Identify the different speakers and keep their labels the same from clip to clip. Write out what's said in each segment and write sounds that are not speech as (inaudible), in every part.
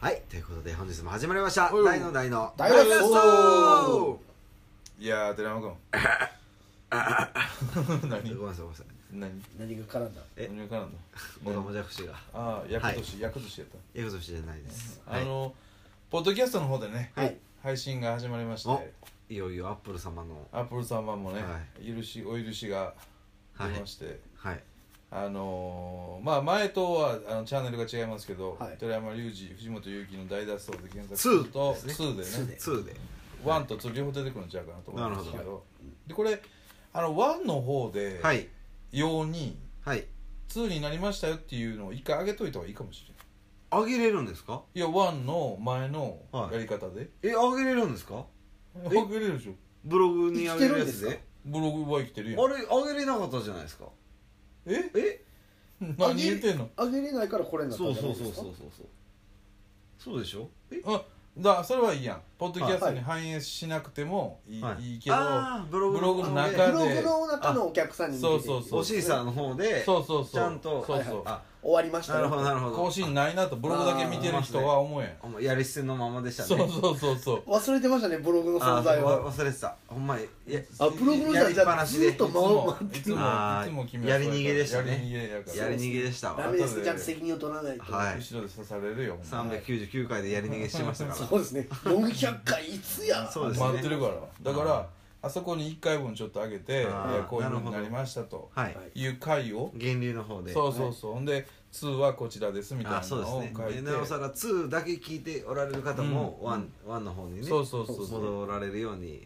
Speaker 1: はいということで本日も始まりました
Speaker 2: おい
Speaker 1: 大の大の
Speaker 2: 大の大の
Speaker 1: 大の
Speaker 3: いやー、寺山君。
Speaker 1: 大の
Speaker 3: (laughs) 何
Speaker 1: ごめんなさいごめんなさい
Speaker 3: 何
Speaker 2: 何が絡んだ
Speaker 1: え
Speaker 3: 何がかなんだ
Speaker 1: おがもじゃくしが
Speaker 3: ああ、
Speaker 1: はい
Speaker 3: 役年、役年やっ
Speaker 1: えことしてないです
Speaker 3: た。
Speaker 1: は
Speaker 3: あ
Speaker 1: い
Speaker 3: の、ポッドキャストの方でね、
Speaker 2: はい
Speaker 3: 配信が始まりまし
Speaker 1: お
Speaker 3: て、
Speaker 1: いよいよアップル様の
Speaker 3: アップル様もね
Speaker 1: は、
Speaker 3: 許し、お許しが出まして、
Speaker 1: はい
Speaker 3: あのー、まあ前とはあのチャンネルが違いますけど
Speaker 2: はい、
Speaker 3: 寺山隆二、藤本勇樹の大脱走で検索す
Speaker 1: ツー
Speaker 3: ると、
Speaker 1: ですね
Speaker 3: 2でね、
Speaker 1: 2で
Speaker 3: 1と2両方出てくるんちゃうかなと思うんですけ
Speaker 1: なる
Speaker 3: ど、で、これ、あの、1の方で、
Speaker 1: はい
Speaker 3: 用に、
Speaker 1: はい
Speaker 3: 2になりましたよっていうのを一回上げといた方がいいかもしれない
Speaker 1: あげれるんですか
Speaker 3: いや1の前の
Speaker 1: はい
Speaker 3: やり方で、
Speaker 1: えあげれるんですかえ
Speaker 3: 上げれるでしょ
Speaker 1: ブログにあげるやつ
Speaker 2: 生きてるんです
Speaker 1: で
Speaker 2: か
Speaker 3: ブログは生きてる
Speaker 1: あ
Speaker 3: やん
Speaker 1: れあげれなかったじゃないですか
Speaker 3: え
Speaker 1: え
Speaker 3: 何言ってんの
Speaker 2: あげれないからこれになった
Speaker 1: そ
Speaker 2: ん
Speaker 1: う
Speaker 2: じゃな
Speaker 1: そ
Speaker 2: いうです
Speaker 1: そ
Speaker 2: か
Speaker 1: うそうそうそうそうでしょえ
Speaker 3: あだそれはいいやんポッドキャストに
Speaker 2: は
Speaker 3: 反映しなくてもいい,、
Speaker 1: はい
Speaker 3: い、いけど
Speaker 1: あーブログ
Speaker 3: ブログの中
Speaker 1: で
Speaker 3: で
Speaker 2: ブログの中のお客さんに向けて
Speaker 3: あそうそうそう
Speaker 1: おしいさんの方で
Speaker 3: そうそうそう
Speaker 1: ちゃんと
Speaker 3: そうそう、
Speaker 1: あ
Speaker 2: 終わりました
Speaker 1: な
Speaker 2: よ
Speaker 1: るほどなるほど
Speaker 3: 更新ないなとブログだけ見てる人は思うやん、
Speaker 1: あもうやり捨てのままでしたね
Speaker 3: そうそうそうそう
Speaker 2: 忘れてましたねブログの
Speaker 1: あ
Speaker 2: 存在
Speaker 1: わ
Speaker 2: を
Speaker 1: 忘れてたほんまにいや
Speaker 2: あブログの存
Speaker 1: や
Speaker 2: 在
Speaker 1: り
Speaker 2: じ
Speaker 1: っぱ
Speaker 2: ゃあ
Speaker 1: なし
Speaker 2: ず
Speaker 1: で
Speaker 2: っと
Speaker 3: いつも
Speaker 2: 回って
Speaker 3: いつも
Speaker 1: あー
Speaker 3: いつも君はそう
Speaker 1: やり逃げでしたね
Speaker 3: やり逃げやから
Speaker 1: やり逃げでした
Speaker 2: ダ
Speaker 1: わ
Speaker 2: メですねちゃんと責任を取らないと
Speaker 1: はい
Speaker 3: 後ろで刺されるよほんま
Speaker 1: 399回でやり逃げしてましたか
Speaker 2: そうですね400回いつや
Speaker 1: そうですね
Speaker 3: 待ってるからだか
Speaker 1: あ
Speaker 3: らあそこに1回分ちょっと上げてい
Speaker 1: あー
Speaker 3: やこういう
Speaker 1: なる
Speaker 3: ふう
Speaker 1: ほど
Speaker 3: になりましたと
Speaker 1: らはい
Speaker 2: はい
Speaker 3: いう回を
Speaker 1: 源流の方で
Speaker 3: そうそうそうほんで「2はこちらです」みたい
Speaker 1: あ
Speaker 3: な
Speaker 1: そうです
Speaker 3: のを書
Speaker 1: ね
Speaker 3: い
Speaker 1: で
Speaker 3: て
Speaker 1: なおさら2だけ聞いておられる方も
Speaker 3: うん
Speaker 1: 1の方にね
Speaker 3: そうそうそうそう
Speaker 1: 戻られるように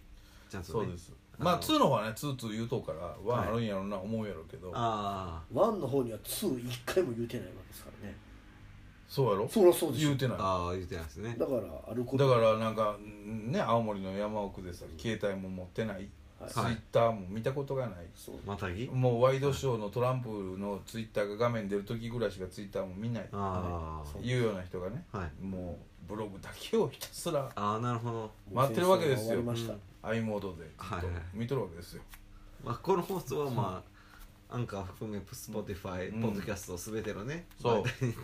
Speaker 1: ちゃん
Speaker 3: そ
Speaker 1: と
Speaker 3: う
Speaker 1: ね
Speaker 3: ですま
Speaker 1: あ
Speaker 3: あ
Speaker 1: の
Speaker 3: 2の方はね「2」と言うとうから1
Speaker 1: はい
Speaker 3: あるんやろな思うやろうけど
Speaker 1: あ
Speaker 2: ワンの方にはツー一回も言うてないわけですからね
Speaker 3: そうやろ
Speaker 2: そりゃそうでしょ
Speaker 3: 言うてない
Speaker 1: あああ言ってないですね
Speaker 2: だからあること
Speaker 3: だからなんかんね青森の山奥でさ携帯も持ってない
Speaker 2: はい
Speaker 3: ツイッターも見たことがない
Speaker 2: そう
Speaker 1: またぎ
Speaker 3: もうワイドショーのトランプのツイッターが画面出る時ぐらいしかツイッターも見ない
Speaker 1: あ
Speaker 2: そう
Speaker 3: いうような人がね
Speaker 1: あはい
Speaker 3: もうブログだけをひたすら
Speaker 1: ああなるほど
Speaker 3: 待ってるわけですよ
Speaker 2: もう戦争が終わりました
Speaker 1: うん
Speaker 3: i モードでず
Speaker 1: は
Speaker 3: っ
Speaker 1: い
Speaker 3: と
Speaker 1: はい
Speaker 3: 見とるわけですよ、
Speaker 1: まあ、この放送はまあアンカー含め Spotify、
Speaker 3: うん
Speaker 1: ポッドキャストすべてのね
Speaker 3: そう
Speaker 1: 媒体に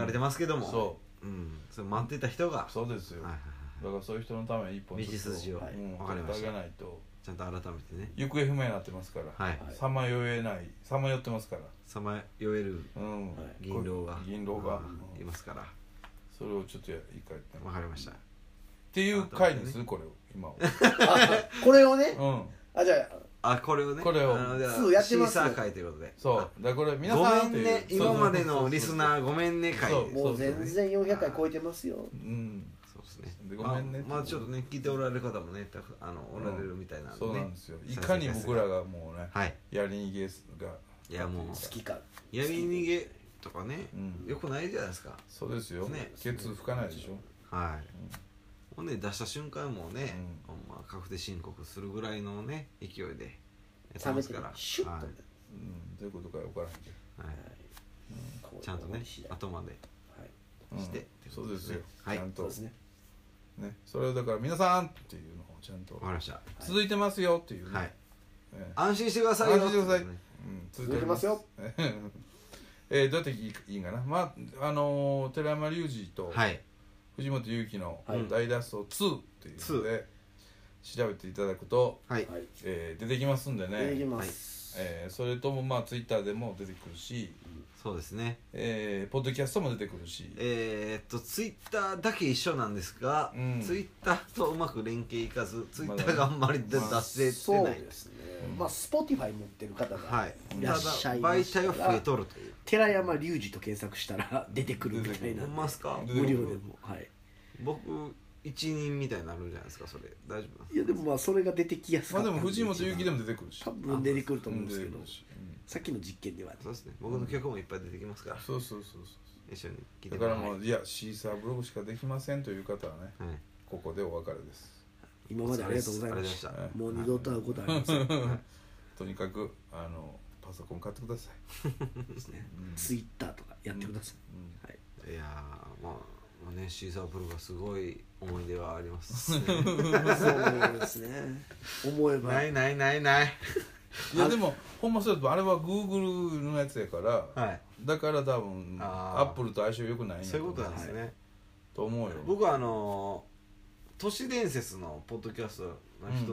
Speaker 1: 流れてますけども、、
Speaker 3: そう
Speaker 1: ん、それ待ってた人が、
Speaker 3: そうです
Speaker 1: はい
Speaker 3: よ、
Speaker 1: はいはい
Speaker 3: だからそういう人のために一本
Speaker 1: 道筋を
Speaker 3: ちょっとうん、
Speaker 1: わかりました
Speaker 3: 取ってあげないと
Speaker 1: ちゃんと改めてね
Speaker 3: 行方不明になってますから、
Speaker 1: はい
Speaker 2: はい
Speaker 3: さまよえないさまよってますから
Speaker 1: さまよえる
Speaker 3: うん、
Speaker 2: はい
Speaker 1: 銀狼が
Speaker 3: 銀狼が
Speaker 1: あーいますから
Speaker 3: それをちょっとや一回やってみ
Speaker 1: わ
Speaker 3: るっ
Speaker 1: かりました
Speaker 3: ていう回にするこれを
Speaker 1: (laughs)
Speaker 3: 今を
Speaker 2: あこれをね
Speaker 3: うん
Speaker 2: あじゃあ
Speaker 1: あこれをね
Speaker 3: これを
Speaker 1: あのじゃあ
Speaker 2: そうやってます
Speaker 1: シーサー会ということであ
Speaker 3: そうだからこれ皆
Speaker 1: ご
Speaker 3: さん
Speaker 1: めんね
Speaker 3: っていう
Speaker 1: 今までのリスナ
Speaker 3: そうそうそ
Speaker 1: ー
Speaker 3: うそう
Speaker 1: ごめんね会
Speaker 3: そう
Speaker 2: もう全然400回超えてますよ
Speaker 3: うん
Speaker 1: そうですね
Speaker 3: でごめんね
Speaker 1: まあ、まあちょっとね聞いておられる方もねたくあのおられるみたいなんで
Speaker 3: そう
Speaker 1: ね、
Speaker 3: なんですよいかに僕らがもうね
Speaker 1: はい
Speaker 3: やり逃げが
Speaker 1: いやもう
Speaker 2: 好きか
Speaker 1: やり逃げとかね、
Speaker 3: うん
Speaker 1: よくないじゃないですか
Speaker 3: そうですよ、
Speaker 1: ね
Speaker 3: ケツ吹かないでしょ
Speaker 1: はい、ほんで出した瞬間もね、
Speaker 3: う
Speaker 1: ほんま確定申告するぐらいのね勢いでやって
Speaker 2: 冷
Speaker 1: ま
Speaker 2: め
Speaker 1: す
Speaker 2: て
Speaker 1: か
Speaker 2: る
Speaker 1: ら
Speaker 2: シュッ
Speaker 1: はい
Speaker 2: と、
Speaker 3: うん、どういうことか分からんけ
Speaker 1: はい
Speaker 2: こう
Speaker 1: ちゃんと
Speaker 2: 終わ
Speaker 1: ね
Speaker 2: り次第
Speaker 1: 後まで
Speaker 2: はい
Speaker 3: ど、うん、
Speaker 1: して
Speaker 3: そうですよ、
Speaker 1: はい
Speaker 3: ちゃん
Speaker 2: そう
Speaker 3: と
Speaker 2: ですね
Speaker 3: ね、それをだから皆さんっていうのをちゃんと
Speaker 1: わかりました
Speaker 3: 続いてますよっていうね、
Speaker 1: はい
Speaker 3: え
Speaker 1: 安心してくだ
Speaker 3: え
Speaker 1: さいよ
Speaker 3: 安心してください、う
Speaker 1: ね
Speaker 3: ん、
Speaker 2: 続けますよ
Speaker 3: 続けますえー、どうやっていいいいんかなまああのー、寺山隆二と
Speaker 1: はい
Speaker 3: 藤本勇樹の
Speaker 2: はい
Speaker 3: 「大脱走2」っていうので調べていただくと、
Speaker 1: はい
Speaker 2: はい
Speaker 3: えー、出てきますんで
Speaker 2: 出てき
Speaker 3: ね、
Speaker 2: ます
Speaker 3: えー、それともまあツイッターでも出てくるし、
Speaker 1: そうですね
Speaker 3: えー、ポッドキャストも出てくるし
Speaker 1: えー、っとツイッターだけ一緒なんですが、
Speaker 3: うん
Speaker 1: ツイッターとうまく連携いかずツイッタ
Speaker 3: ま
Speaker 1: ー
Speaker 3: だ
Speaker 1: があんまり出,、
Speaker 3: ま
Speaker 1: 出
Speaker 3: あ
Speaker 1: せて
Speaker 2: そう
Speaker 1: ない
Speaker 2: ですねまあ Spotify 持ってる方が
Speaker 1: はいた
Speaker 2: い
Speaker 1: だ
Speaker 2: らっしゃいま
Speaker 1: 媒
Speaker 2: した
Speaker 1: 体
Speaker 2: ら
Speaker 1: は増えとるという
Speaker 2: 寺山隆二と検索したら (laughs) 出てくるみたいな
Speaker 1: ほんまっすか
Speaker 3: 出てく
Speaker 2: 無
Speaker 3: る
Speaker 2: 料でもはい
Speaker 1: 僕一人みたいになるんじゃないですかそれ大丈夫なんです
Speaker 2: いやでもまあそれが出てきやす
Speaker 3: ま
Speaker 2: か
Speaker 3: あ
Speaker 2: った
Speaker 3: で
Speaker 2: ん
Speaker 3: も藤本勇樹でも出てくるし
Speaker 2: 多分出てくると思うん
Speaker 3: う
Speaker 2: ですけど
Speaker 3: 出てくるしうん
Speaker 2: さっきの実験ではね
Speaker 1: そうですね僕の曲もいっぱい出てきますから、
Speaker 3: そうそうそうそう
Speaker 1: 一緒に聴いて
Speaker 3: だ
Speaker 1: く
Speaker 3: から
Speaker 1: さい
Speaker 3: もういやシーサーブログしかできませんという方はね
Speaker 1: はい
Speaker 3: ここでお別れです
Speaker 2: 今までありがとうございました
Speaker 1: ありがとうございま
Speaker 2: もう二度と会うことはありません
Speaker 3: とにかくあのパソコン買ってくださ
Speaker 2: (laughs)
Speaker 3: い、
Speaker 2: ですね Twitter とかやってください
Speaker 3: う
Speaker 2: は
Speaker 3: ん
Speaker 2: い
Speaker 1: したいやーまあねシーサーブルーがすごい思い出はあります、ね、
Speaker 2: そうですね思えば
Speaker 1: ないないないない
Speaker 3: いやでもほんまそうやとあれは Google のやつやから
Speaker 1: はい
Speaker 3: だから多分
Speaker 1: あー
Speaker 3: Apple と相性良くないんや
Speaker 1: そういうことなんです
Speaker 3: ね
Speaker 1: ね、
Speaker 3: と思うよ
Speaker 1: 僕はあの都市伝説のポッドキャストの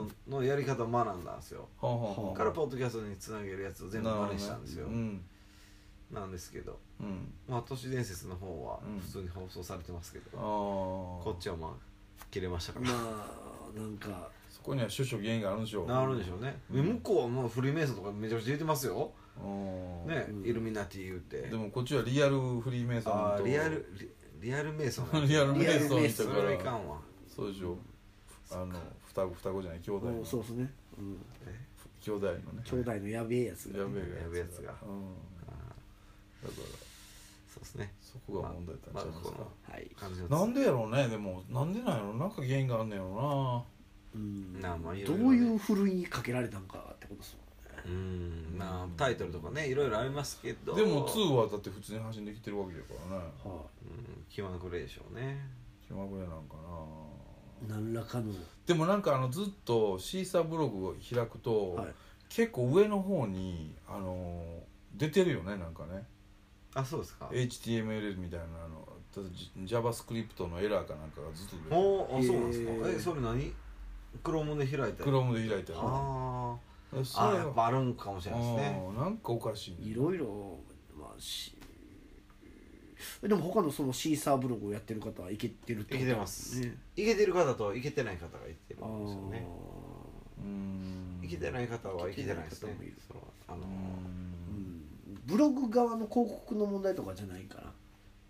Speaker 1: 人のやり方を学んだんですよ、
Speaker 3: ほうほうほう
Speaker 2: うん
Speaker 1: からポッドキャストにつなげるやつを全部真似したんですよ
Speaker 3: な
Speaker 1: な,、
Speaker 3: るほどね
Speaker 1: んですけど
Speaker 3: うんうん
Speaker 1: まあ都市伝説の方は
Speaker 3: うん
Speaker 1: 普通に放送されてますけど、
Speaker 3: ああ
Speaker 1: こっちはまあ切れましたから、
Speaker 2: (laughs) まあなんか
Speaker 3: そこには種々原因があるんでしょう
Speaker 1: なるんでしょうね、
Speaker 3: うん
Speaker 1: 向こうはもうフリーメイソンとかめちゃくちゃ言ってますよ、
Speaker 3: うん
Speaker 1: ね、
Speaker 2: うん
Speaker 1: イルミナティ言って
Speaker 3: でもこっちはリアルフリーメイソン
Speaker 1: あ
Speaker 3: と
Speaker 1: ーリアルリリアルメイソン
Speaker 3: リアル
Speaker 1: メイ
Speaker 3: メイソンした
Speaker 1: ソン
Speaker 3: か
Speaker 1: それはいからんわ
Speaker 3: そうでしょあの双子双子じゃない兄弟
Speaker 2: も
Speaker 3: の
Speaker 2: うそうですね、うん、
Speaker 1: え
Speaker 3: 兄弟のね
Speaker 2: 兄弟のやべえやつが
Speaker 3: やべえ
Speaker 1: やべえやつが
Speaker 3: うん
Speaker 1: あ
Speaker 3: だから
Speaker 1: ーそうですね
Speaker 3: そこが問題だったんちゃいますか
Speaker 1: まあまあ
Speaker 2: はい、
Speaker 1: 感じの
Speaker 3: なんでやろうねでもなんでなんやろなんか原因があんねやろ
Speaker 2: うん
Speaker 1: なあまあいろ
Speaker 2: ど
Speaker 1: いろね
Speaker 2: ういうふるいにかけられたんかってことです
Speaker 1: うんまあタイトルとかねいろいろありますけど
Speaker 3: なでも2はだって普通に走んできてるわけやからね
Speaker 2: もん、は
Speaker 1: うん気まぐれでしょうね
Speaker 3: 気まぐれなんか
Speaker 2: あ、
Speaker 3: な
Speaker 2: 何らかの、
Speaker 3: でもなんかあのずっとシーサーブログを開くと、
Speaker 2: はい、
Speaker 3: 結構上の方にあの出てるよねなんかね
Speaker 1: あそうですか
Speaker 3: HTML みたいなあのただじ JavaScript のエラーかなんかがずっと出てる
Speaker 1: おーあそうなんですか
Speaker 2: へー
Speaker 1: えそれ何クロームで開いた
Speaker 3: Chrome で開いてある
Speaker 1: あー
Speaker 3: そ
Speaker 1: あー
Speaker 3: れ
Speaker 1: やっぱあるんかもしれないですね
Speaker 3: うんなんかおかしいね
Speaker 2: いろいろまあしえでも他のそのシーサーブログをやってる方はいけてるって
Speaker 1: い
Speaker 2: こ
Speaker 1: け
Speaker 2: と
Speaker 1: てます
Speaker 2: ね
Speaker 1: いけてる方といけてない方がいてる
Speaker 2: ああ
Speaker 1: んですよね
Speaker 3: うん
Speaker 1: いけてない方はい
Speaker 2: イ
Speaker 1: けて
Speaker 2: ケて
Speaker 1: な
Speaker 2: ないい
Speaker 1: ですね
Speaker 2: 方もいる
Speaker 1: そのあの
Speaker 3: う
Speaker 1: ー
Speaker 2: うんブログ側の広告の問題とかじゃないか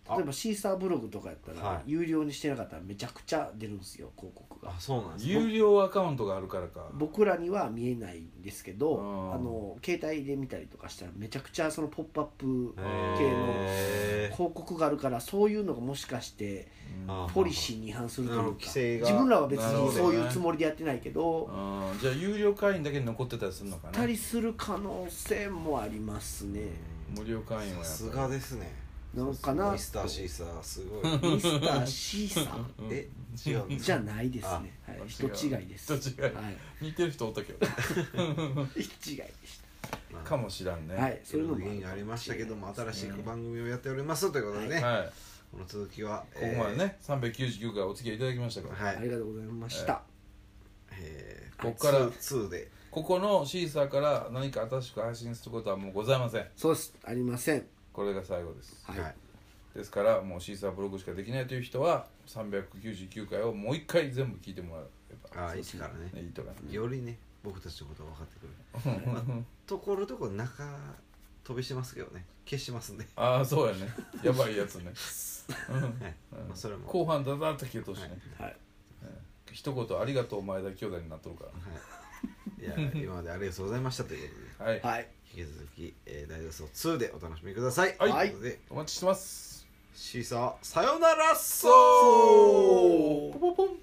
Speaker 1: あ
Speaker 2: な例えばシーサーブログとかやったら、
Speaker 1: はい
Speaker 2: 有料にしてなかったらめちゃくちゃ出るんですよ広告が
Speaker 1: あそうなんですね
Speaker 3: 有料アカウントがあるからか
Speaker 2: 僕らには見えないんですけど
Speaker 3: うん
Speaker 2: あの携帯で見たりとかしたらめちゃくちゃそのポップアップ
Speaker 1: へー
Speaker 2: 広告があるからそういうのがもしかして
Speaker 1: あ
Speaker 2: ポリシーに違反するとい
Speaker 1: なる
Speaker 2: う
Speaker 1: ほど規
Speaker 2: か
Speaker 1: 制が
Speaker 2: 自分らは別
Speaker 3: なるほ
Speaker 2: に
Speaker 3: どね
Speaker 2: そういうつもりでやってないけど
Speaker 3: うんじゃあ有料会員だけに残ってたりするのか
Speaker 2: た
Speaker 3: な
Speaker 2: りする可能性もありますね
Speaker 3: 無料会員はやっぱ
Speaker 1: さ
Speaker 3: り
Speaker 1: すがですね
Speaker 2: なのかな
Speaker 1: ミスターシーサーすごい
Speaker 2: ミスターシーさん
Speaker 1: え違うんです
Speaker 2: じ
Speaker 1: か
Speaker 2: ゃないですねは
Speaker 3: あ
Speaker 2: い人違いです
Speaker 3: 人違い
Speaker 2: はい
Speaker 3: 似てる人おったけ (laughs) ど
Speaker 2: 人違いでし
Speaker 3: かもしらんね
Speaker 2: たはいそ
Speaker 1: そううい
Speaker 2: いうう
Speaker 1: のも
Speaker 2: のも
Speaker 1: 原因がありましたけども新しい
Speaker 2: ね
Speaker 1: 番組をやっておりますということでね、
Speaker 3: はい
Speaker 1: この続きは
Speaker 3: ここまでね399回お付き合いいただきました
Speaker 1: え
Speaker 3: か
Speaker 1: ー
Speaker 3: ら
Speaker 1: は
Speaker 2: あり
Speaker 1: い
Speaker 2: がとうございました
Speaker 1: えー、
Speaker 3: こっから
Speaker 1: ツー2で
Speaker 3: ここのシーサーから何か新しく配信することはもうございません
Speaker 2: そうですありません
Speaker 3: これが最後です
Speaker 1: は、
Speaker 2: はいい
Speaker 3: ですからもうシーサーブログしかできないという人は399回をもう一回全部聞いてもらえ
Speaker 1: ああ一からね
Speaker 3: ばいいとかね
Speaker 1: よりね僕たちのことが分かってくるところどころ中飛びしてますけどね消してますんで、
Speaker 3: (laughs) ああそうやねやばいやつね
Speaker 1: はい
Speaker 3: う
Speaker 1: ま
Speaker 3: ん
Speaker 1: あ、それも、
Speaker 3: 後半だだって消えとしね、
Speaker 2: はい
Speaker 3: うん一言「ありがとう前田兄弟」になっとるか
Speaker 1: はい、いや
Speaker 3: (laughs)
Speaker 1: 今までありがとうございましたということで
Speaker 3: らは
Speaker 2: は
Speaker 3: い、
Speaker 2: い
Speaker 1: 引き続き、えー、大予想2でお楽しみください、
Speaker 3: は
Speaker 1: と
Speaker 3: い
Speaker 1: いうことで
Speaker 3: お待ちしてます
Speaker 1: シーサーさよならっそ
Speaker 3: そう
Speaker 1: ー
Speaker 3: ポポポン